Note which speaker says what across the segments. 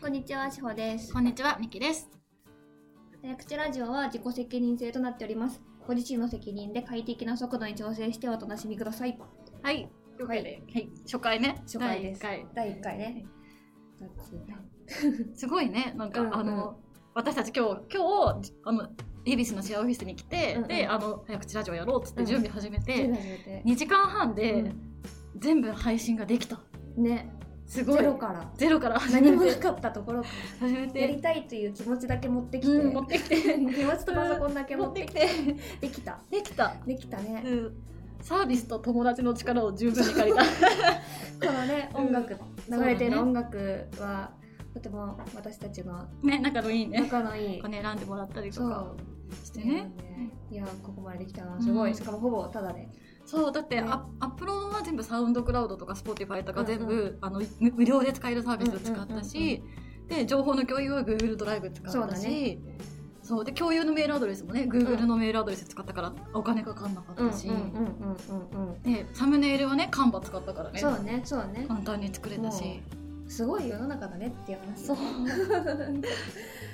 Speaker 1: こんにちは、しほです。
Speaker 2: こんにちは、みきです。
Speaker 1: 早口ラジオは自己責任制となっております。ご自身の責任で快適な速度に調整してお楽しみください。
Speaker 2: はい。
Speaker 1: 了解で
Speaker 2: はい、初回ね。
Speaker 1: 初回です
Speaker 2: 第一
Speaker 1: 第1回ね。
Speaker 2: 回すごいね、なんか、
Speaker 1: うんうん
Speaker 2: あの、私たち今日、今日、あの、恵比寿のシェアオフィスに来て、
Speaker 1: うんうん
Speaker 2: で、あの、早口ラジオやろうっつって準備始めて、
Speaker 1: で、
Speaker 2: 2時間半で、
Speaker 1: う
Speaker 2: 全部配信ができた。
Speaker 1: ね、
Speaker 2: すごい。
Speaker 1: ゼロ から。
Speaker 2: ゼロから始
Speaker 1: 何
Speaker 2: め
Speaker 1: もな
Speaker 2: て、
Speaker 1: かったところか
Speaker 2: 始め
Speaker 1: らやり
Speaker 2: て、
Speaker 1: たいという気持ちだけ持ってきて、
Speaker 2: うん、持ってきて、
Speaker 1: 気持ちとパソコンだけ持
Speaker 2: 持
Speaker 1: っ
Speaker 2: ってて
Speaker 1: き
Speaker 2: き
Speaker 1: て、
Speaker 2: て、
Speaker 1: できた。
Speaker 2: できた。
Speaker 1: できた
Speaker 2: う
Speaker 1: ね。
Speaker 2: ん。サービスと友達の力を十分に借りた。
Speaker 1: このね、音楽、
Speaker 2: うん
Speaker 1: 流れてる
Speaker 2: そう
Speaker 1: 音楽は、とても私たちの
Speaker 2: ね、仲のいいね。
Speaker 1: 仲のいい
Speaker 2: お。金選んでもらったりと
Speaker 1: そう
Speaker 2: か。してね。
Speaker 1: いやここまでできたなすごい、
Speaker 2: うん
Speaker 1: しかもほぼタダで
Speaker 2: そうだって、
Speaker 1: ね
Speaker 2: アアップロードは全部サウンドクラウドとか Spotify とか全部、
Speaker 1: うん
Speaker 2: あの無無料で使えるサービスを使ったし、で情報の共有は Google ドライブ使
Speaker 1: そう
Speaker 2: っ
Speaker 1: だ
Speaker 2: たし
Speaker 1: ね
Speaker 2: そうで共有のメールアドレスもね Google のメールアドレス使ったからお金かかんなかったし、
Speaker 1: うんうん
Speaker 2: でサムネイルはねカンバ使ったからね
Speaker 1: そうねそうね
Speaker 2: 簡単に作れたし、
Speaker 1: すごい世の中だねっていう話
Speaker 2: そう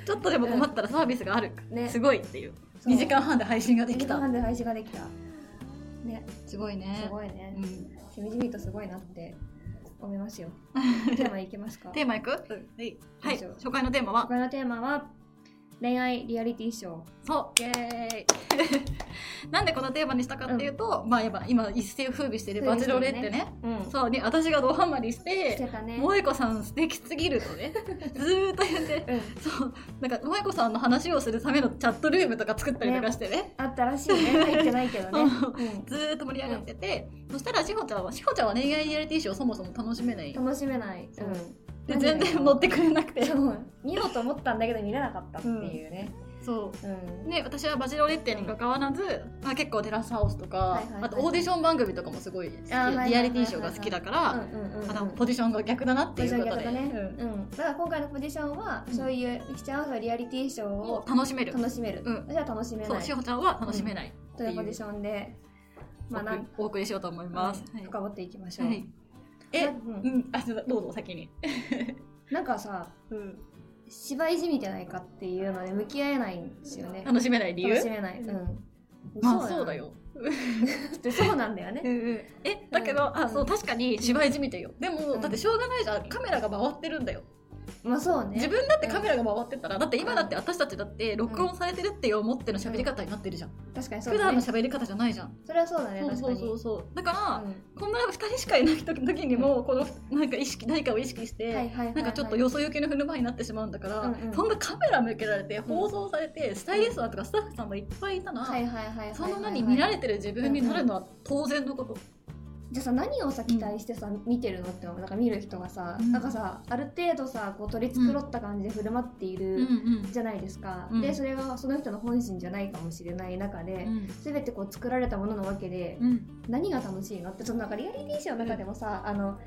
Speaker 2: ちょっとでも困ったらサービスがある、
Speaker 1: ね
Speaker 2: すごいっていう
Speaker 1: そう
Speaker 2: 2時間半で配信がで
Speaker 1: 二
Speaker 2: き
Speaker 1: 時間
Speaker 2: た
Speaker 1: 半で配信ができたね
Speaker 2: すごいね
Speaker 1: すごいね
Speaker 2: うん、
Speaker 1: しみじみとすごいなって思います よテーマいきますか
Speaker 2: テー
Speaker 1: 今
Speaker 2: マいく、はい、はい、初回のテーマは
Speaker 1: 回のテーマは恋愛リアリティショー
Speaker 2: そう
Speaker 1: イエ
Speaker 2: なんでこのテーマにしたかっていうと、まあやっぱ今一世を風靡しているバチェロレってね
Speaker 1: ーイうん
Speaker 2: そうね私がドハマりし
Speaker 1: しててたね
Speaker 2: 萌子さん素敵すぎると ねずーっと言って
Speaker 1: うん
Speaker 2: そうなんか萌子さんの話をするためのチャットルームとか作ったりとかしてね
Speaker 1: あったらしいね入ってないけどねうん
Speaker 2: ずーっと盛り上がってて、そしたらしほちゃんはしほちゃんは恋愛リアリティショーをそもそも楽しめない
Speaker 1: 楽しめない
Speaker 2: そう
Speaker 1: う
Speaker 2: で
Speaker 1: ん
Speaker 2: 全然乗ってくれなくて
Speaker 1: そう見ようと思ったんだけど見れなかったっていうね、
Speaker 2: そう
Speaker 1: うん
Speaker 2: ね、私はバチェロレッテに関わらず、まあ、結構テラスハウスとか、
Speaker 1: はいはいはい
Speaker 2: あとオーディション番組とかもすごい好きリ
Speaker 1: あーはいはいはいはい
Speaker 2: アリティショーが好きだから、
Speaker 1: うんうんうん
Speaker 2: あのポジションが逆だなっ
Speaker 1: ポ
Speaker 2: て
Speaker 1: ジ
Speaker 2: い
Speaker 1: ショ
Speaker 2: う
Speaker 1: ン
Speaker 2: こと
Speaker 1: 逆
Speaker 2: で、
Speaker 1: だね、
Speaker 2: う
Speaker 1: うんだから今回のポジションは、
Speaker 2: うん
Speaker 1: そういうみきちゃんはそういうリアリティショー
Speaker 2: んを
Speaker 1: を
Speaker 2: 楽しめる
Speaker 1: 楽しめる、
Speaker 2: うん
Speaker 1: 私は楽しめ
Speaker 2: そ
Speaker 1: な
Speaker 2: う
Speaker 1: い
Speaker 2: しほちゃんは楽しめない
Speaker 1: というポジションで、まあ
Speaker 2: お
Speaker 1: なん
Speaker 2: 送お送りしようと思います、はい
Speaker 1: 深掘っていきましょう、
Speaker 2: はい
Speaker 1: な
Speaker 2: え
Speaker 1: うん
Speaker 2: うんあそうだどうぞ先に、
Speaker 1: なんかさ芝居じみじゃないかっていうので向き合えないんですよね
Speaker 2: 楽しめない理由
Speaker 1: 楽しめない、うん
Speaker 2: まあそうだよ、
Speaker 1: そうなんだよね
Speaker 2: えだけど、
Speaker 1: うん
Speaker 2: あそう確かに芝居じみてよでも、
Speaker 1: うん
Speaker 2: だってしょうがないじゃんカメラが回ってるんだよ、
Speaker 1: まあそうね
Speaker 2: 自分だってカメラが回ってたらだって今だって私たちだって録音されてるって思っての喋り方になってるじゃん、
Speaker 1: 確かにそう
Speaker 2: 普
Speaker 1: だ
Speaker 2: 段の
Speaker 1: ね
Speaker 2: 喋り方じゃないじゃん、
Speaker 1: それはそうだね
Speaker 2: そう
Speaker 1: 確か
Speaker 2: そう
Speaker 1: に
Speaker 2: そうそうだから、
Speaker 1: う
Speaker 2: こんな2人しかいない時にもこのなんか意識何かを意識して、
Speaker 1: んはいはいはいはい
Speaker 2: なんかちょっとよそ行きの振る舞いになってしまうんだから、
Speaker 1: うんうん
Speaker 2: そんなカメラ向けられて放送されて、スタイリストだとかスタッフさんもいっぱいいたら、
Speaker 1: はいはいはいはいはい
Speaker 2: その何見られてる自分になるのは当然のこと、
Speaker 1: じゃあさ何をさ期待してさ、見てるのって思うなんか見る人がさ、
Speaker 2: うん
Speaker 1: なんかさある程度さこう取り繕った感じで振る舞っているじゃないですか、
Speaker 2: うん
Speaker 1: でそれはその人の本心じゃないかもしれない中で、全てこう作られたものなわけで、何が楽しいのってそのなんかリアリティショーの中でもさ、あの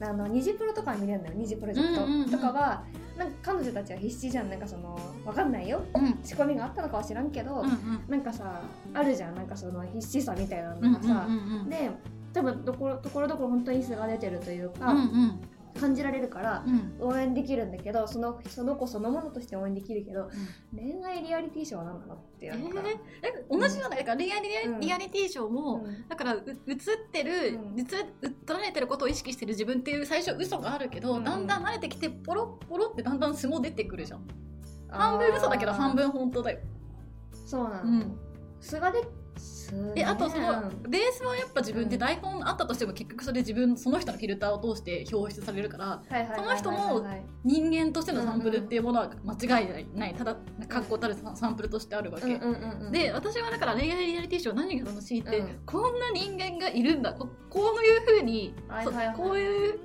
Speaker 1: あのニジプロとかは見れるのよニジプロジェクト、
Speaker 2: うんうんうん
Speaker 1: とかはなんか彼女たちは必死じゃんなんかそのわかんないよ仕込みがあったのかは知らんけど、なんかさあるじゃんなんかその必死さみたいなのがさ、で多分どころところどころ本当に素が出てるというか、感じられるから応援できるんだけどそのその子そのものとして応援できるけど、恋愛リアリティショーは何なのってい
Speaker 2: え
Speaker 1: うの
Speaker 2: ー
Speaker 1: が、
Speaker 2: え同じようなだから恋愛リア,、
Speaker 1: うん
Speaker 2: リアリティショーも、
Speaker 1: うん
Speaker 2: だからう映ってる、
Speaker 1: うん
Speaker 2: 映撮られてることを意識してる自分っていう最初嘘があるけど、
Speaker 1: うんうん
Speaker 2: だんだん慣れてきてポロッポロってだんだん相撲出てくるじゃん半分嘘だけど半分本当だよ
Speaker 1: そうなの、
Speaker 2: うん
Speaker 1: 素が出素ね
Speaker 2: であとその
Speaker 1: うん
Speaker 2: ベースはやっぱ自分で台本あったとしても結局それ自分その人のフィルターを通して表出されるから
Speaker 1: はいはいはいはい
Speaker 2: その人も
Speaker 1: はい
Speaker 2: 人間としてのサンプルっていうものは間違いないないただ格好たるサンプルとしてあるわけ、
Speaker 1: うんうんうんうん
Speaker 2: で私はだから恋愛リアリティショー何が楽しいって、
Speaker 1: うん
Speaker 2: こんな人間がいるんだここういうふうに、
Speaker 1: はいはいはい
Speaker 2: そうこういう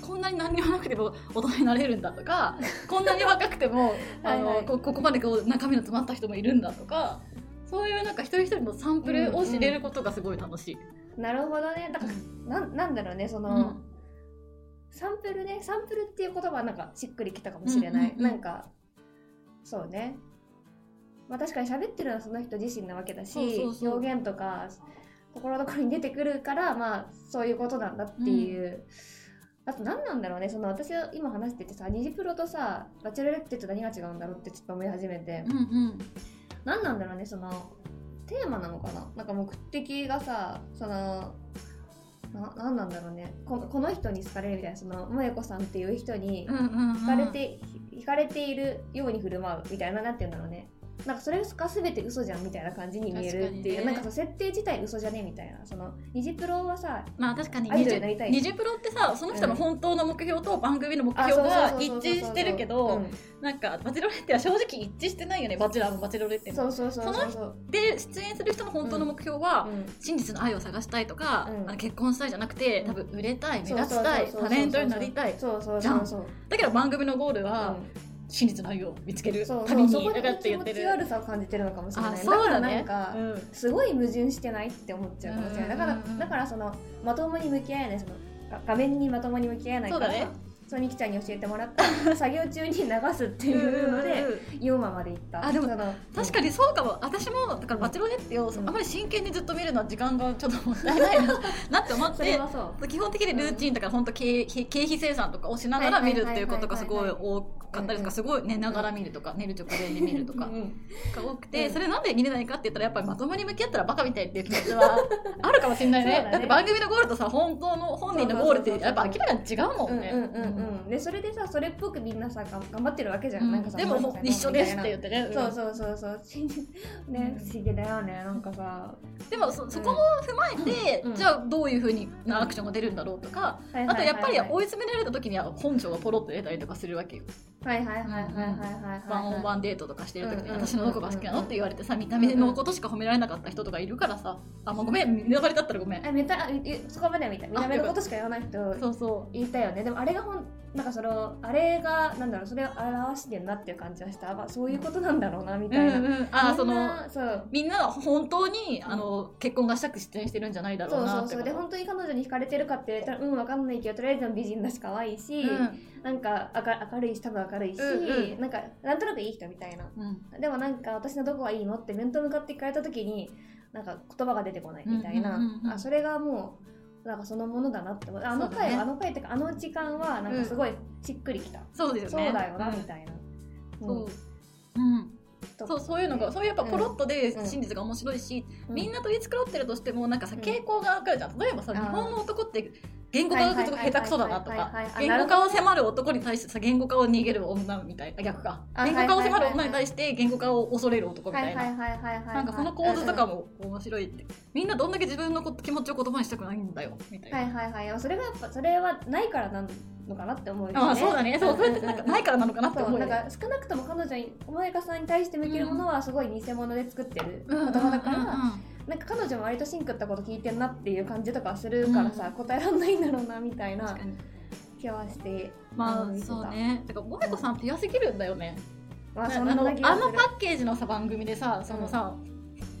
Speaker 2: こんなに何にもなくても大人になれるんだ とかこんなに若くてもあの
Speaker 1: はいはい
Speaker 2: こここまでこう中身の詰まった人もいるんだとかそういうなんか一人一人のサンプルを知れることがすごい楽しい。
Speaker 1: なるほどねだからなんなんだろうねその、
Speaker 2: うん
Speaker 1: サンプルねサンプルっていう言葉はなんかしっくりきたかもしれない、
Speaker 2: うんうんう
Speaker 1: な
Speaker 2: ん
Speaker 1: んかそうねまあ確かに喋ってるのはその人自身なわけだし
Speaker 2: そうそうそう
Speaker 1: 表現とかところどころに出てくるからまあそういうことなんだっていうあと何なんだろうねその私が今話しててさニジプロとさバチェロレッテと何が違うんだろうってちょっと思い始めて、
Speaker 2: うんうん
Speaker 1: 何なんだろうねそのテーマなのかななんか目的がさそのな何なんだろうねここの人に好かれるみたいなその萌子さんっていう人に
Speaker 2: うんうん
Speaker 1: 惹かれて、惹かれているように振る舞うみたいななんて言うんだろうねなんかそれが全て嘘じゃんみたいな感じに見えるっていう、
Speaker 2: 確かにね
Speaker 1: なんかそう設定自体嘘じゃねみたいなそのニジプロはさ
Speaker 2: まあ確かに
Speaker 1: アイドルになりたい
Speaker 2: 二次プロってさその人の本当の目標と番組の目
Speaker 1: あ
Speaker 2: 標が
Speaker 1: そう
Speaker 2: 一
Speaker 1: そうそうそう
Speaker 2: 致してる
Speaker 1: う
Speaker 2: けど
Speaker 1: ん
Speaker 2: なんかバチェロレッテは正直一致してないよねバチェラーもバチェロレッテ
Speaker 1: そ
Speaker 2: も。
Speaker 1: うそうそうそうそう
Speaker 2: で出演する人の本当の目標は、
Speaker 1: うん
Speaker 2: 真実の愛を探したいとか、
Speaker 1: うん
Speaker 2: あの結婚したいじゃなくて
Speaker 1: うん
Speaker 2: 多分売れたい目立ちたい
Speaker 1: そうそうそうそうそう
Speaker 2: タレントになりたい
Speaker 1: そうそうそうそう
Speaker 2: だけど番組のゴール
Speaker 1: う
Speaker 2: は
Speaker 1: ん
Speaker 2: 真実の愛を見つける
Speaker 1: そう
Speaker 2: 旅
Speaker 1: そ
Speaker 2: に
Speaker 1: こ
Speaker 2: だ
Speaker 1: に
Speaker 2: からって
Speaker 1: 気
Speaker 2: 言っ
Speaker 1: 持
Speaker 2: て
Speaker 1: ち
Speaker 2: る
Speaker 1: 悪さを感じてるのかもしれない
Speaker 2: あそうだね
Speaker 1: だからなんか、
Speaker 2: うん
Speaker 1: すごい矛盾してないって思っちゃうかもしれないだか
Speaker 2: う
Speaker 1: ら
Speaker 2: んうんうん
Speaker 1: だからそのまともに向き合えないそのが画面にまともに向き合えないから
Speaker 2: そうだね
Speaker 1: そうみきちゃんに教えてもらった作業中に流すっていうので
Speaker 2: うん
Speaker 1: 4話までいった
Speaker 2: あでも
Speaker 1: その
Speaker 2: 確かにそうかも私もだから「バチェロレッテ」を
Speaker 1: うん
Speaker 2: あまり真剣にずっと見るのは時間がちょっともったいない ななって思っ
Speaker 1: それ
Speaker 2: て
Speaker 1: はそう
Speaker 2: 基本的にルーチンとか本当経費経費生産とかをしながら見るっていうことがすごい多かった
Speaker 1: う
Speaker 2: りと
Speaker 1: んうん
Speaker 2: かすごい寝ながら見るとか寝る直前に見るとか
Speaker 1: うん
Speaker 2: が多く
Speaker 1: う
Speaker 2: て
Speaker 1: ん
Speaker 2: それなんで見れないかって言ったらやっぱりまともに向き合ったらバカみたいっていう気持ち はあるかもしれない
Speaker 1: そう
Speaker 2: ね
Speaker 1: だね
Speaker 2: だって番組のゴールとさ本当の本人のゴールってやっぱ明らかに違うも
Speaker 1: うんう
Speaker 2: ん
Speaker 1: ん
Speaker 2: ね。
Speaker 1: うんうんでそれでさそれっぽくみんなさが頑張ってるわけじゃん、なんかさ
Speaker 2: でももう一緒ですって言
Speaker 1: う
Speaker 2: ってね、うん
Speaker 1: そうそうそうそう信じね
Speaker 2: うん
Speaker 1: 不思議だよねなんかさ、
Speaker 2: でもそそこも踏まえて、
Speaker 1: うん
Speaker 2: じゃあどういうふうになアクションが出るんだろうとか、
Speaker 1: はい
Speaker 2: あ
Speaker 1: は
Speaker 2: と
Speaker 1: いはいはい
Speaker 2: やっぱり追い詰められた時には本性がポロッと出たりとかするわけよ、
Speaker 1: はいはいはいはいはいはいはい
Speaker 2: ワンオンワ
Speaker 1: ン
Speaker 2: ンデートとかしてる時に、
Speaker 1: うん
Speaker 2: 私のどこが好きなのって言われてさ見た
Speaker 1: う
Speaker 2: 目
Speaker 1: ん
Speaker 2: のことしか褒められなかった人とかいるからさ、あもうごめん見張りだったらごめん、
Speaker 1: え見たいいそこまでは見た見た目のことしか言わない人
Speaker 2: そうそ
Speaker 1: 言いたいよねでもあれがほんなんかそのあれがなんだろうそれを表してんなっていう感じはしたあまあそういうことなんだろうなみ
Speaker 2: う、
Speaker 1: たいな、
Speaker 2: うんうんあそ
Speaker 1: みん
Speaker 2: の
Speaker 1: なそう
Speaker 2: みんな本当に
Speaker 1: うん
Speaker 2: あの結婚がしたく出演してるんじゃないだ
Speaker 1: そ
Speaker 2: ろう
Speaker 1: う
Speaker 2: な
Speaker 1: そう
Speaker 2: って
Speaker 1: そうで本当に彼女に惹かれてるかって言ったらうんわかんないけどとりあえず美人だし可愛いし、なんか明る明るいし多分明るいし、
Speaker 2: うんう
Speaker 1: なんかなんとなくいい人みたいな
Speaker 2: うん
Speaker 1: でもなんか私のどこがいいのって面と向かって聞かれた時になんか言葉が出てこないみたいな、
Speaker 2: うんうんうんうん
Speaker 1: あそれがもうなんかそのものだなって思うあの
Speaker 2: そうだ
Speaker 1: 回、
Speaker 2: ね
Speaker 1: あの回っていうかあの時間はなんかすごいしっくりきた、
Speaker 2: そうです
Speaker 1: そ
Speaker 2: よ
Speaker 1: う
Speaker 2: ね
Speaker 1: だよな
Speaker 2: うん
Speaker 1: みたいな、、
Speaker 2: そううんうん
Speaker 1: と
Speaker 2: そうそういうのがそういうやっぱポロッとで
Speaker 1: うん
Speaker 2: 真実が面白いし、
Speaker 1: うん
Speaker 2: みんな取り繕ってるとしてもなんかさ
Speaker 1: うん
Speaker 2: 傾向が分かるじゃん例えばさ
Speaker 1: あー
Speaker 2: 日本の男って言語化がすごく下手くそだなと
Speaker 1: はいはい
Speaker 2: か
Speaker 1: はいはいはいはい
Speaker 2: 言語化を迫る男に対してさ言語化を逃げる女みたいな逆か
Speaker 1: あ
Speaker 2: 言語化を迫
Speaker 1: はい
Speaker 2: る
Speaker 1: はいはいはい
Speaker 2: 女に対して言語化を恐れる男み
Speaker 1: は
Speaker 2: た
Speaker 1: い
Speaker 2: い
Speaker 1: はい
Speaker 2: な。
Speaker 1: はいはいはい
Speaker 2: なんかその構図とか
Speaker 1: も、
Speaker 2: も面白いってみんなどんだけ自分のこと気持ちを言葉にしたくないんだよみたい
Speaker 1: うんう
Speaker 2: な、
Speaker 1: んはいはいはいでもそれがやっぱそれはないからなんのかなって思うよね
Speaker 2: ああそうだねそうそうやってなんかない
Speaker 1: い
Speaker 2: からなのかなって思う
Speaker 1: な
Speaker 2: よ
Speaker 1: んか少なくとも彼女に萌歌さんに対して向けるものはすごい偽物で作ってる
Speaker 2: うんうんうんうん
Speaker 1: 言葉だから、なんか彼女も割とシンクったこと聞いてんなっていう感じとかするからさ、
Speaker 2: うん
Speaker 1: 答えらんないんだろうなみたいな
Speaker 2: 確かに
Speaker 1: 気はして
Speaker 2: ま
Speaker 1: あの
Speaker 2: あ
Speaker 1: 見てた
Speaker 2: そうねだから萌子さんピュアすぎるんだよね
Speaker 1: まあ
Speaker 2: あ
Speaker 1: そん
Speaker 2: の
Speaker 1: な
Speaker 2: あの
Speaker 1: 気がする
Speaker 2: パッケージのさ番組でさそのさ、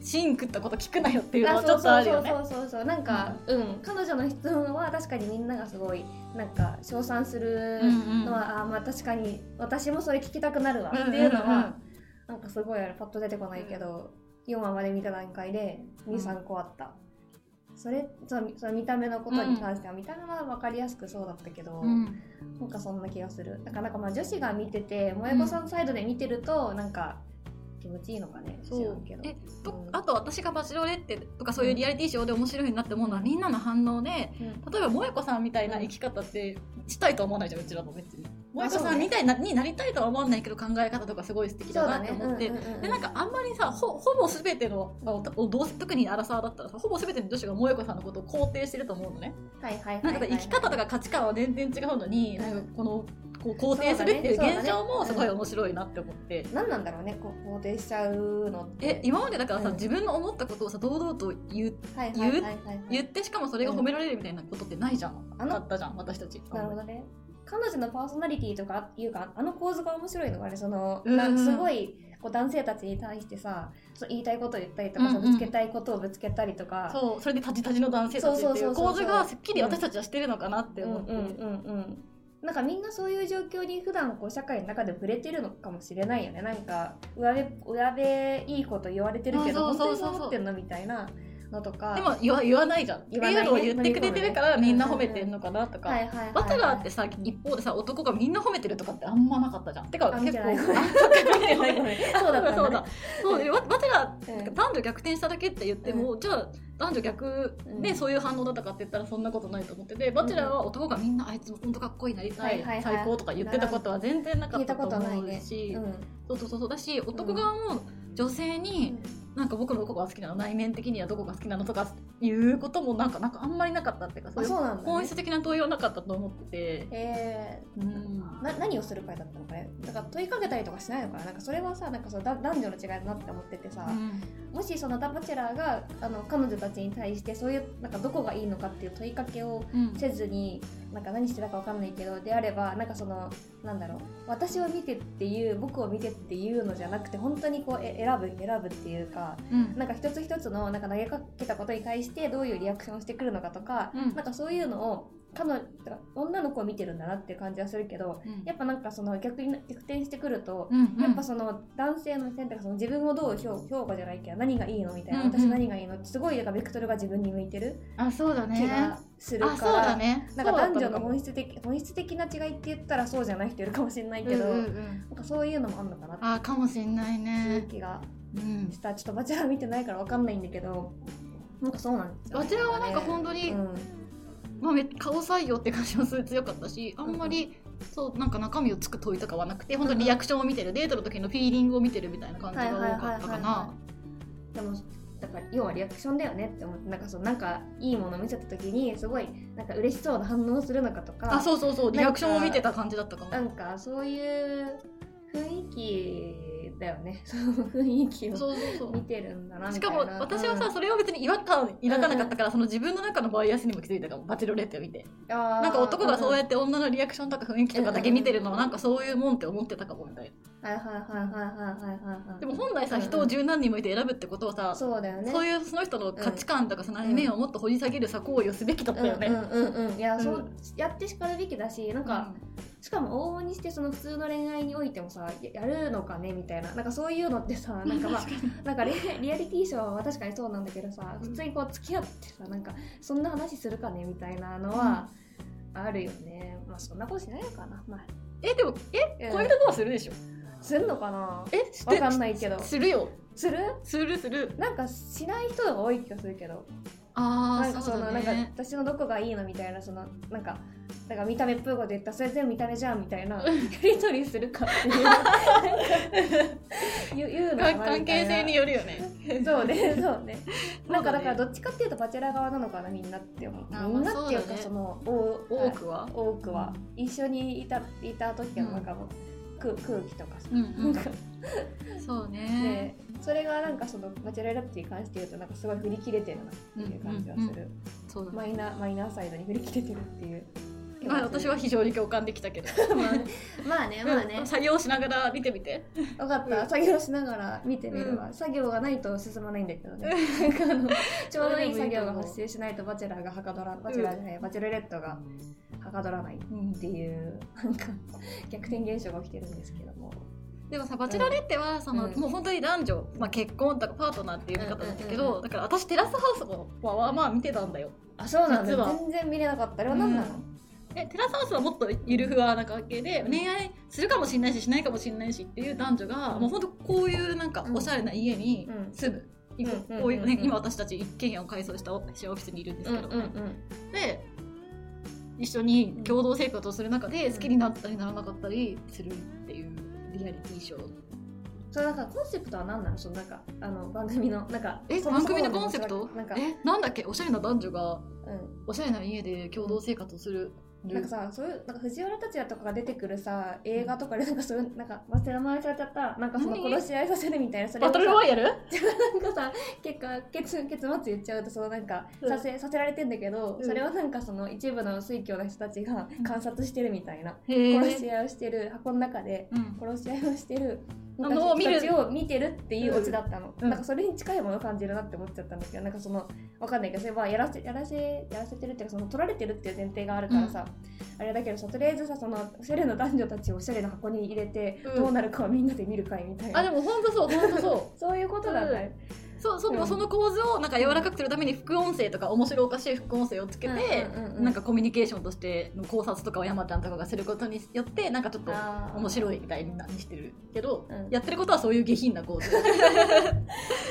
Speaker 2: シンクったこと聞くなよっていうの
Speaker 1: あ
Speaker 2: はちょっとあるよね
Speaker 1: そうそうそうそうそうなんか、うん彼女の質問は確かにみんながすごいなんか称賛する
Speaker 2: うんうん
Speaker 1: のは、あーまあ確かに私もそれ聞きたくなるわっていうのは、
Speaker 2: うんうんうん
Speaker 1: なんかすごいあれパッと出てこないけど、4話まで見た段階で
Speaker 2: うん
Speaker 1: 23個あった、それそうその見た目のことに関しては、見た目は分かりやすくそうだったけど、
Speaker 2: うん
Speaker 1: なんかそんな気がする。だからなんかまあ女子が見てて、萌子さんサイドで見てると、なんか気持ちいいのかね。
Speaker 2: そ
Speaker 1: 知ら
Speaker 2: うん
Speaker 1: けど。
Speaker 2: えと
Speaker 1: うん
Speaker 2: あと私が「バチロレッテ」とかそういうリアリティショーで面白いなって思うのはみんなの反応で例
Speaker 1: うん
Speaker 2: えば萌子さんみたいな生き方ってしたいとは思わないじゃんうちらも別に
Speaker 1: まあ
Speaker 2: 萌子さんみたいなになりたいとは思わないけど考え方とかすごい素敵
Speaker 1: そうだ
Speaker 2: だなっ
Speaker 1: ね。
Speaker 2: て思って
Speaker 1: うんうんうん
Speaker 2: でなんかあんまりさほほぼ全てのあのどうせ特にアラサーだったらさほぼ全ての女子が萌子さんのことを肯定してると思うのね
Speaker 1: はいはいはいは
Speaker 2: なん
Speaker 1: い
Speaker 2: かさ生き方とか価値観は全然違うのに、
Speaker 1: うん
Speaker 2: なんかこのこう肯定するってい
Speaker 1: そう
Speaker 2: う
Speaker 1: だね
Speaker 2: 現象も
Speaker 1: そ
Speaker 2: す
Speaker 1: うだ
Speaker 2: ご
Speaker 1: ね
Speaker 2: い面白いなって思って。
Speaker 1: 何なんだろうね、こう肯定しちゃうのって。
Speaker 2: え今までだからさ、
Speaker 1: うん
Speaker 2: 自分の思ったことをさ堂々と言う
Speaker 1: はいはいはいはいはい
Speaker 2: 言ってしかもそれが褒められるみたいなことってないじゃん、
Speaker 1: あの
Speaker 2: あったじゃん私たち
Speaker 1: なるほどね。彼女のパーソナリティとかいうかあの構図が面白いのがねその、
Speaker 2: うんうん
Speaker 1: なすごいこう男性たちに対してさそう言いたいことを言ったりとかさ、
Speaker 2: うんうん
Speaker 1: ぶつけたいことをぶつけたりとか
Speaker 2: そうそれでタジタジの男性たち
Speaker 1: そ
Speaker 2: っ
Speaker 1: う
Speaker 2: て
Speaker 1: そ
Speaker 2: い
Speaker 1: そう
Speaker 2: うう
Speaker 1: そう
Speaker 2: 構図がすっきり私たちはしてるのかなって
Speaker 1: うん
Speaker 2: 思
Speaker 1: う
Speaker 2: っ
Speaker 1: ん
Speaker 2: て、
Speaker 1: うんうんなんかみんなそういう状況に普段こう社会の中で触れてるのかもしれないよねなんかうわべうわべいいこと言われてるけど
Speaker 2: あ
Speaker 1: 本
Speaker 2: そ
Speaker 1: 当
Speaker 2: う
Speaker 1: に
Speaker 2: そうそうそう
Speaker 1: そう思ってんのみたいなのとか
Speaker 2: でも言わ言わないじゃん。って
Speaker 1: 言わないね
Speaker 2: いうのを言ってくれてるからみんな褒めてんのかなとか。
Speaker 1: はいはいはいはい
Speaker 2: バトラーってさ、一方でさ、男がみんな褒めてるとかってあんまなかったじゃん。てか、
Speaker 1: あ見て
Speaker 2: 結構、
Speaker 1: ない
Speaker 2: あ
Speaker 1: ごめん
Speaker 2: そっか見て
Speaker 1: ご
Speaker 2: な
Speaker 1: め
Speaker 2: い
Speaker 1: んごめんそうだったんだ、ね、
Speaker 2: そうだそうでババトラーって
Speaker 1: うん
Speaker 2: 男女逆転しただけって言っても、じゃあ男女逆
Speaker 1: う
Speaker 2: で
Speaker 1: ん
Speaker 2: そういう反応だったかって言ったらそんなことないと思ってて、バチェラーは男がみんなあいつ本当かっこいいなりた
Speaker 1: はいはい
Speaker 2: い,、
Speaker 1: はい
Speaker 2: 最高とか言ってたことは全然なか
Speaker 1: 聞
Speaker 2: っ
Speaker 1: い
Speaker 2: た
Speaker 1: た
Speaker 2: と
Speaker 1: ことない
Speaker 2: 思
Speaker 1: ね
Speaker 2: うし、
Speaker 1: うん
Speaker 2: そうそうそうそうだし男側も女性になんか僕のどこが好きなの内面的にはどこが好きなのとかいうこともなんかなんかあんまりなかったっていうかそ
Speaker 1: あ
Speaker 2: ういう
Speaker 1: そうなんだ、ね、
Speaker 2: 本質的な問いはなかったと思ってて、
Speaker 1: え
Speaker 2: うん
Speaker 1: ー、な何をする会だったのかねだから問いかけたりとかしないのかななんかそれはさなんかそのだ男女の違いだなって思っててさ、もしそのダ・バチェラーがあの彼女たちに対してそういうなんかどこがいいのかっていう問いかけを
Speaker 2: うん
Speaker 1: せずになんか何してたかわかんないけどであればなんかそのなんだろう私を見てっていう僕を見てっていうのじゃなくて本当にこうえ選ぶ選ぶっていうか
Speaker 2: うん
Speaker 1: なんか一つ一つのなんか投げかけたことに対してどういうリアクションをしてくるのかとか、
Speaker 2: うん
Speaker 1: なんかそういうのを彼女てか女の子を見てるんだなっていう感じはするけどやっぱなんかその逆に逆転してくると、
Speaker 2: うん
Speaker 1: やっぱその男性の選択その自分をどう評評価じゃないけど何がいいのみたいな、
Speaker 2: うんうん
Speaker 1: 私何がいいのってすごいなんかベクトルが自分に向いてる
Speaker 2: あそうだ
Speaker 1: 気
Speaker 2: ね
Speaker 1: がする
Speaker 2: あ
Speaker 1: か
Speaker 2: そう
Speaker 1: ら、
Speaker 2: だね
Speaker 1: なんか男女の
Speaker 2: 質
Speaker 1: 本質的本質的な違いって言ったらそうじゃない人いるかもしれないけど、
Speaker 2: うんうんうん
Speaker 1: なんかそういうのもあんのかなって
Speaker 2: あかもしんない
Speaker 1: いう
Speaker 2: ね。
Speaker 1: 気が
Speaker 2: うん。
Speaker 1: したちょっとバチェラー見てないからわかんないんだけどなんかそうなんですよね
Speaker 2: バチェラーはなんか本当に
Speaker 1: うん
Speaker 2: まあめ顔採用って感じもすごい強かったし、あんまりそうなんか中身をつく問いとかはなくて、本当にリアクションを見てる、デートの時のフィーリングを見てるみたいな感じが多かったかな。
Speaker 1: でもだから要はリアクションだよねって思ってなんかそうなんかいいもの見せた時にすごいなんか嬉しそうな反応をするのかとか
Speaker 2: あ、そうそうそう、リアクションを見てた感じだったかも。
Speaker 1: なんかそういう雰囲気だよねその雰囲気を
Speaker 2: そうそうそ
Speaker 1: 見
Speaker 2: う。
Speaker 1: てるんだなみ
Speaker 2: したか
Speaker 1: いな
Speaker 2: も私はさ、それは別に違和感抱かなかったから、その自分の中のバイアスにも気づいたかもバチェロレッテを見て
Speaker 1: な
Speaker 2: なんか男がそうや
Speaker 1: って
Speaker 2: って女のリアクションとか雰囲気とかだけ見てるのはなんかそういうもんって思ってたかもみたいな
Speaker 1: はいはいはいはいはいはいはい
Speaker 2: でも本来
Speaker 1: う
Speaker 2: さ
Speaker 1: んうん
Speaker 2: 人を十何人もいて選ぶってことはさ、
Speaker 1: そうだよね
Speaker 2: そう
Speaker 1: いう
Speaker 2: いうその人の価値観とかその面をもっと掘り下げるさ行為をすべきだったよね。
Speaker 1: うんうんうんうんいや、
Speaker 2: うん
Speaker 1: そうやってしかるべきだしなんか、しかも往々にしてその普通の恋愛においてもさややるのかねみたいななんかそういうのって さなんかまあなんかリリアリティショーは確かにそうなんだけどさ
Speaker 2: うん
Speaker 1: 普通にこう付き合ってさなんかそんな話するかねみたいなのはあるよね、まあそんなことしないのかなまあ
Speaker 2: えでもえ
Speaker 1: え
Speaker 2: 恋人とはするでしょ。
Speaker 1: すんのかな
Speaker 2: えし
Speaker 1: わかんないけど
Speaker 2: するよ。
Speaker 1: する
Speaker 2: するする。
Speaker 1: なんかしない人が多い気がするけど
Speaker 2: あ
Speaker 1: なんかそのなんか私のどこがいいのみたいなそのなんかなんか見た目っぽいこと言ったらそれ全部見た目じゃんみたいなや り取りするかっていうなんか言う言うのかなみたいな
Speaker 2: 関係性によるよね。
Speaker 1: そうねそ うね
Speaker 2: そうだね
Speaker 1: なんかだからどっちかっていうとバチェラー側なのかなみんなって思う
Speaker 2: あ
Speaker 1: みんなっていう
Speaker 2: まあそうだ
Speaker 1: か
Speaker 2: ね
Speaker 1: そのお
Speaker 2: 多くは。
Speaker 1: 多くは一緒にいたいた時のなんかもう空空気とかさ
Speaker 2: うん
Speaker 1: なんか
Speaker 2: うん。そう
Speaker 1: ね
Speaker 2: ね。
Speaker 1: それがなんかそのバチェラーラップに関して言うとなんかすごい振り切れてるなっていう感じはする、
Speaker 2: うんうんそうだね。
Speaker 1: マイナマイナーサイドに振り切れてるっていう
Speaker 2: まあ私は非常に共感できたけど。
Speaker 1: まあね まあねまあね
Speaker 2: うん作業しながら見てみて。
Speaker 1: 分かった、
Speaker 2: うん
Speaker 1: 作業しながら見てみるわ、作業がないと進まないんだけどね、なんかあのちょうどいい作業が発生しないとバチェラーがはかどらバチェラーじゃない、バチェロレットがはかどらないっ
Speaker 2: うん
Speaker 1: ていうなんか逆転現象が起きてるんですけども
Speaker 2: でもさバチェラレッテはその、
Speaker 1: うん
Speaker 2: もう本当に男女、まあ、結婚とかパートナーっていう言い方だったけど、
Speaker 1: うんうんうん
Speaker 2: だから私テラスハウスもまあまあ見てたんだよ
Speaker 1: あそうなん
Speaker 2: 実は
Speaker 1: だ全然見れなかったあれは何なの、
Speaker 2: でテラスハウスはもっとゆるふわな関係で恋愛するかもしれないししないかもしれないしっていう男女が、
Speaker 1: うん
Speaker 2: もう本当こういうなんかおしゃれな家に
Speaker 1: うん
Speaker 2: 住む、
Speaker 1: ん
Speaker 2: こう
Speaker 1: うん
Speaker 2: こういう
Speaker 1: うん
Speaker 2: ね
Speaker 1: うん
Speaker 2: 今私たち一軒家を改装したオフィスにいるんですけど、
Speaker 1: ん
Speaker 2: で一緒に共同生活をする中で
Speaker 1: うん
Speaker 2: 好きになったりならなかったりするっていうリアリティショー
Speaker 1: それなんかコンセプトは何なのそのなんかあの番組のなんか
Speaker 2: え
Speaker 1: そも
Speaker 2: 番
Speaker 1: そも
Speaker 2: 組のコンセプト
Speaker 1: なんか
Speaker 2: えなんだっけおしゃれな男女が
Speaker 1: う
Speaker 2: おしゃれな家で共同生活をする。
Speaker 1: ん、なんかさそういうなんか藤原竜也とかが出てくるさ映画とかでなんかそういうなんか忘れ名前忘れちゃったなんかその
Speaker 2: 何
Speaker 1: 殺し合いさせるみたいなそれ
Speaker 2: バ
Speaker 1: を
Speaker 2: ト
Speaker 1: さ
Speaker 2: ルロワイヤル
Speaker 1: なんかさ結果結結末言っちゃうとそうなんか
Speaker 2: うん
Speaker 1: させさせられてんだけど、
Speaker 2: うん
Speaker 1: それをなんかその一部の水教の人たちが
Speaker 2: うん
Speaker 1: 観察してるみたいな、
Speaker 2: へえ
Speaker 1: 殺し合いをしてる箱の中で殺し合いをしてる
Speaker 2: あ
Speaker 1: 昔
Speaker 2: の見る
Speaker 1: 人たちを見てるっていうオチだったの、
Speaker 2: うん
Speaker 1: なんかそれに近いものを感じるなって思っちゃったんだけどなんかそのわかんないけどそれはやらせやらせやらせてるっていうかその取られてるっていう前提があるからさ、あれだけどさとりあえずさそのおしゃれな男女たちをおしゃれな箱に入れて、
Speaker 2: うん
Speaker 1: どうなるかをみんなで見る会みたいな
Speaker 2: あ、でも本当そう、本当そ
Speaker 1: そういうことなんだよ、
Speaker 2: う。 そうそのその構図をなんか柔らかくするために副音声とか面白おかしい副音声をつけて、
Speaker 1: うんうんうんうん
Speaker 2: なんかコミュニケーションとしての考察とかを山ちゃんとかがすることによってなんかちょっと
Speaker 1: あー
Speaker 2: 面白いみたいにしてるけど、
Speaker 1: うん
Speaker 2: やってることはそういう下品な構図、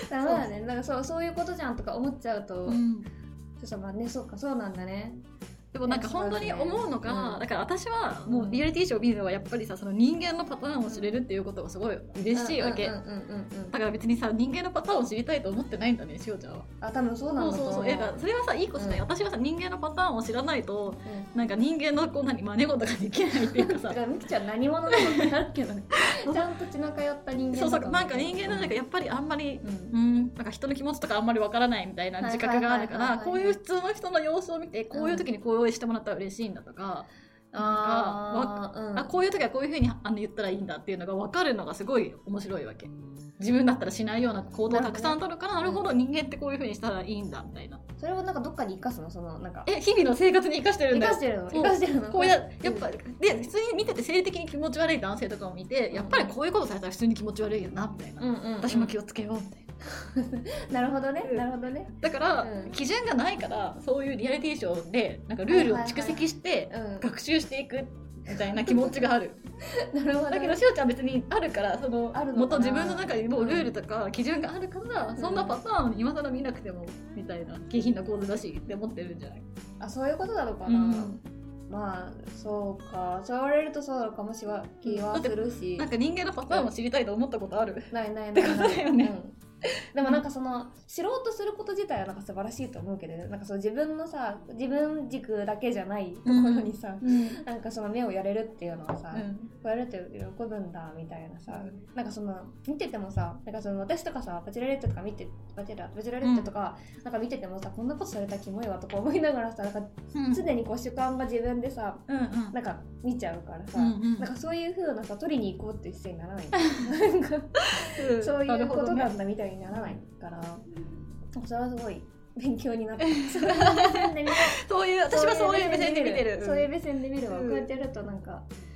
Speaker 1: ダメだねなんかそうそういうことじゃんとか思っちゃうと、
Speaker 2: うん
Speaker 1: そうそうまあねそうかそうなんだね
Speaker 2: でもなんか本当に思うのが、
Speaker 1: うん
Speaker 2: だから私はもうリアリティショーを見るのはやっぱりさその人間のパターンを知れるっていうことがすごい嬉しいわけ、
Speaker 1: うんうんうんうんうん
Speaker 2: だから別にさ人間のパターンを知りたいと思ってないんだねしおちゃんは
Speaker 1: あ多分そうなん
Speaker 2: そう
Speaker 1: だと
Speaker 2: そう
Speaker 1: 思
Speaker 2: そうえだからそれはさいいことだよ、
Speaker 1: う
Speaker 2: 私はさ人間のパターンを知らないと
Speaker 1: うん
Speaker 2: なんか人間のこう何真似事ができないっていう か
Speaker 1: だ
Speaker 2: さ
Speaker 1: からみきちゃん何者なのかなるけ どねちゃんと血の通った人間
Speaker 2: そうそ
Speaker 1: だ
Speaker 2: う
Speaker 1: と思
Speaker 2: なんか人間なんかやっぱりあんまり
Speaker 1: う
Speaker 2: うんんなんか人の気持ちとかあんまりわからないみたいな自覚があるか
Speaker 1: はい
Speaker 2: ら
Speaker 1: はいはいはいはい
Speaker 2: こういう普通の人の様子を見てこういう時にこういうしてもらったら嬉しいんだとか、
Speaker 1: あー、うん、
Speaker 2: あこういう時はこういうふうにあの言ったらいいんだっていうのが分かるのがすごい面白いわけ自分だったらしないような行動をたくさん取るからな
Speaker 1: な
Speaker 2: る
Speaker 1: る
Speaker 2: ほ
Speaker 1: ほ
Speaker 2: ど
Speaker 1: ど
Speaker 2: 人間ってこういうふうにしたらいいんだみたいな
Speaker 1: それをなんかどっかに生かすのそのなんか
Speaker 2: え日々の生活に生かしてるん
Speaker 1: 生
Speaker 2: だ
Speaker 1: か
Speaker 2: よ
Speaker 1: してるの
Speaker 2: そう
Speaker 1: 生かしてるの
Speaker 2: こうややっぱで普通に見てて生理的に気持ち悪い男性とかを見て
Speaker 1: うん
Speaker 2: やっぱりこういうことされたら普通に気持ち悪いよなみたいな
Speaker 1: うんうんうん、
Speaker 2: 私も気をつけようみたいな
Speaker 1: なるほどね
Speaker 2: うん
Speaker 1: なるほどね
Speaker 2: だから
Speaker 1: うん
Speaker 2: 基準がないからそういうリアリティショーでなんかルールを蓄積して
Speaker 1: うん
Speaker 2: 学習していくみたいな気持ちがある
Speaker 1: なるほど
Speaker 2: だけどしおちゃん別にあるからその
Speaker 1: あるのかな
Speaker 2: もっと自分の中にもうルールとか基準があるから、
Speaker 1: ん
Speaker 2: そんなパターン今更見なくてもみたいな下品な構図だしって思ってるんじゃない
Speaker 1: あそういうことなのかな、
Speaker 2: うん
Speaker 1: まあそうかそう言われるとそうなのかもしれない気はするし
Speaker 2: なんか人間のパターンを知りたいと思ったことある
Speaker 1: ないないないない
Speaker 2: ってことだよね
Speaker 1: うんでもなんかその知ろうとすること自体はなんか素晴らしいと思うけどねなんかそう自分のさ自分軸だけじゃないところにさ、
Speaker 2: うん、
Speaker 1: なんかその目をやれるっていうのはさ、こうやると喜ぶんだみたいなさ、なんかその見ててもさなんかその私とかさバチェラレットとか見てバチェラバチェラレットとか、なんか見ててもさこんなことされたらキモいわとか思いながらさなんか
Speaker 2: うん
Speaker 1: 常にこう主観が自分でさ
Speaker 2: うんうん
Speaker 1: なんか見ちゃうからさ、
Speaker 2: うんうん
Speaker 1: なんかそういう風なさ取りに行こうっていう姿勢になら ないなんか
Speaker 2: ん
Speaker 1: そう
Speaker 2: ないる
Speaker 1: う
Speaker 2: ほ
Speaker 1: こ
Speaker 2: ど
Speaker 1: と
Speaker 2: ね
Speaker 1: なんだみたいにならないから、それはすごい勉強にな った。そういう目線で見る
Speaker 2: そういう私はそういう目線で見てる
Speaker 1: そういう目線で見るわ。
Speaker 2: うん
Speaker 1: こうやってやるとなんか、
Speaker 2: うん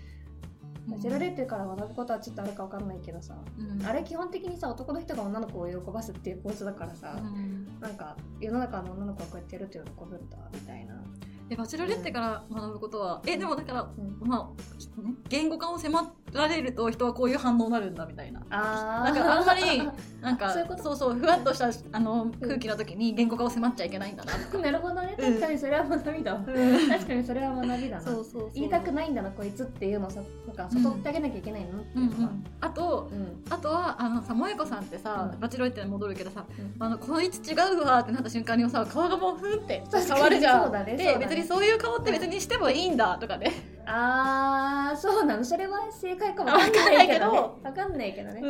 Speaker 1: バチェラレットから学ぶことはちょっとあるかわかんないけどさ、
Speaker 2: うん
Speaker 1: あれ基本的にさ男の人が女の子を喜ばすっていう構図だからさ、
Speaker 2: うん
Speaker 1: なんか世の中の女の子はこうやってやると喜ぶんだみたいな。
Speaker 2: でバチェラレッテから学ぶことは、えでもだから
Speaker 1: うん
Speaker 2: まあ言語化を迫られると人はこういう反応になるんだみたいな
Speaker 1: あ
Speaker 2: なんかあん まりなんか
Speaker 1: そ
Speaker 2: そう
Speaker 1: いううこと
Speaker 2: そうふわっとしたあの空気の時に言語化を迫っちゃいけないんだな、
Speaker 1: なるほどね
Speaker 2: うん
Speaker 1: 確かにそれは学びだわ、確かにそれは学びだな
Speaker 2: そうそうそう
Speaker 1: 言いたくないんだなこいつっていうのをさなんか悟ってあげなきゃいけないのって
Speaker 2: う
Speaker 1: い
Speaker 2: ん
Speaker 1: う
Speaker 2: う
Speaker 1: のが、
Speaker 2: ん、あと
Speaker 1: うん
Speaker 2: あとはあのさ萌子さんってさ、
Speaker 1: うん
Speaker 2: バチロイって戻るけどさ
Speaker 1: うん
Speaker 2: あのこいつ違うわってなった瞬間にさ顔がもうふんって
Speaker 1: 確かに
Speaker 2: 変わるじゃん
Speaker 1: そうだね
Speaker 2: で
Speaker 1: そうだね
Speaker 2: 別にそういう顔って別にしてもいいんだとかね、
Speaker 1: あーそうなのそれは正解かもわかんないけどねわかんないけどね、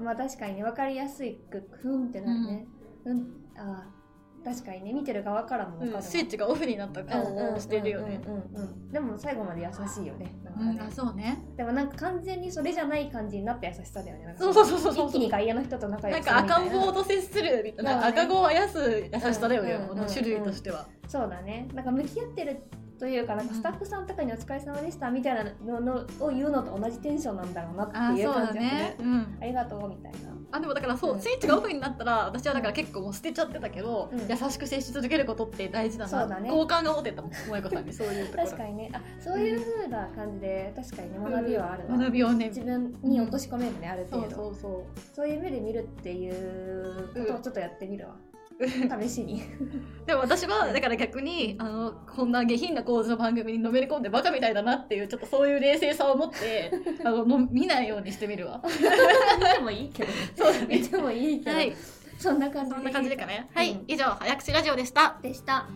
Speaker 1: まあ確かにね分かりやすいくふんってなるね、うんあー確かにね見てる側からもわかるわ、
Speaker 2: スイッチがオフになった顔をしてるよね
Speaker 1: うんうんうんうんでも最後まで優しいよねなんか
Speaker 2: うん
Speaker 1: ね、
Speaker 2: あそうね
Speaker 1: でもなんか完全にそれじゃない感じになった優しさだよねなんか
Speaker 2: そうそうそうそうそう
Speaker 1: 一気に外野の人と仲良
Speaker 2: なん
Speaker 1: くする
Speaker 2: か
Speaker 1: みた
Speaker 2: 赤
Speaker 1: い
Speaker 2: ん
Speaker 1: な
Speaker 2: 坊と接するみたいな、
Speaker 1: そうだね
Speaker 2: 赤ん坊をあやす優しさだよね、
Speaker 1: うんうん
Speaker 2: この種類としては、
Speaker 1: そうだねなんか向き合ってるというかなんかスタッフさんとかに「お疲れ様でした」みたいなののを言うのと同じテンションなんだろうな
Speaker 2: あ
Speaker 1: ってい
Speaker 2: そうう
Speaker 1: 感
Speaker 2: だ
Speaker 1: じだ
Speaker 2: ね
Speaker 1: ね、
Speaker 2: うん、
Speaker 1: ありがとうみたいな
Speaker 2: あでもだからそう、
Speaker 1: うん
Speaker 2: スイッチがオフになったら私はだから結構もう捨てちゃってたけど、
Speaker 1: うん
Speaker 2: 優しく接し続けることって大事だな
Speaker 1: そうだね
Speaker 2: 好感が持てたもん萌子さん にそういうところ
Speaker 1: 確かにねあそういう風な感じで確かにね学びはあるわ、
Speaker 2: 学びをね
Speaker 1: 自分に落とし込めるね、ある
Speaker 2: そ
Speaker 1: 程
Speaker 2: う
Speaker 1: 度
Speaker 2: そうそ
Speaker 1: そういう目で見るっていうことをちょっとやってみるわ、試しに
Speaker 2: うでも私はだから逆にあのこんな下品な構図の番組にのめり込んでバカみたいだなっていうちょっとそういう冷静さを持って あのもう見ないようにしてみるわ
Speaker 1: 見てもいいけ ど
Speaker 2: そうだね
Speaker 1: 見てもいいけど、
Speaker 2: はい
Speaker 1: そんな感じ
Speaker 2: そんな感じでかねはい、
Speaker 1: うん
Speaker 2: 以上早口ラジオでした
Speaker 1: でした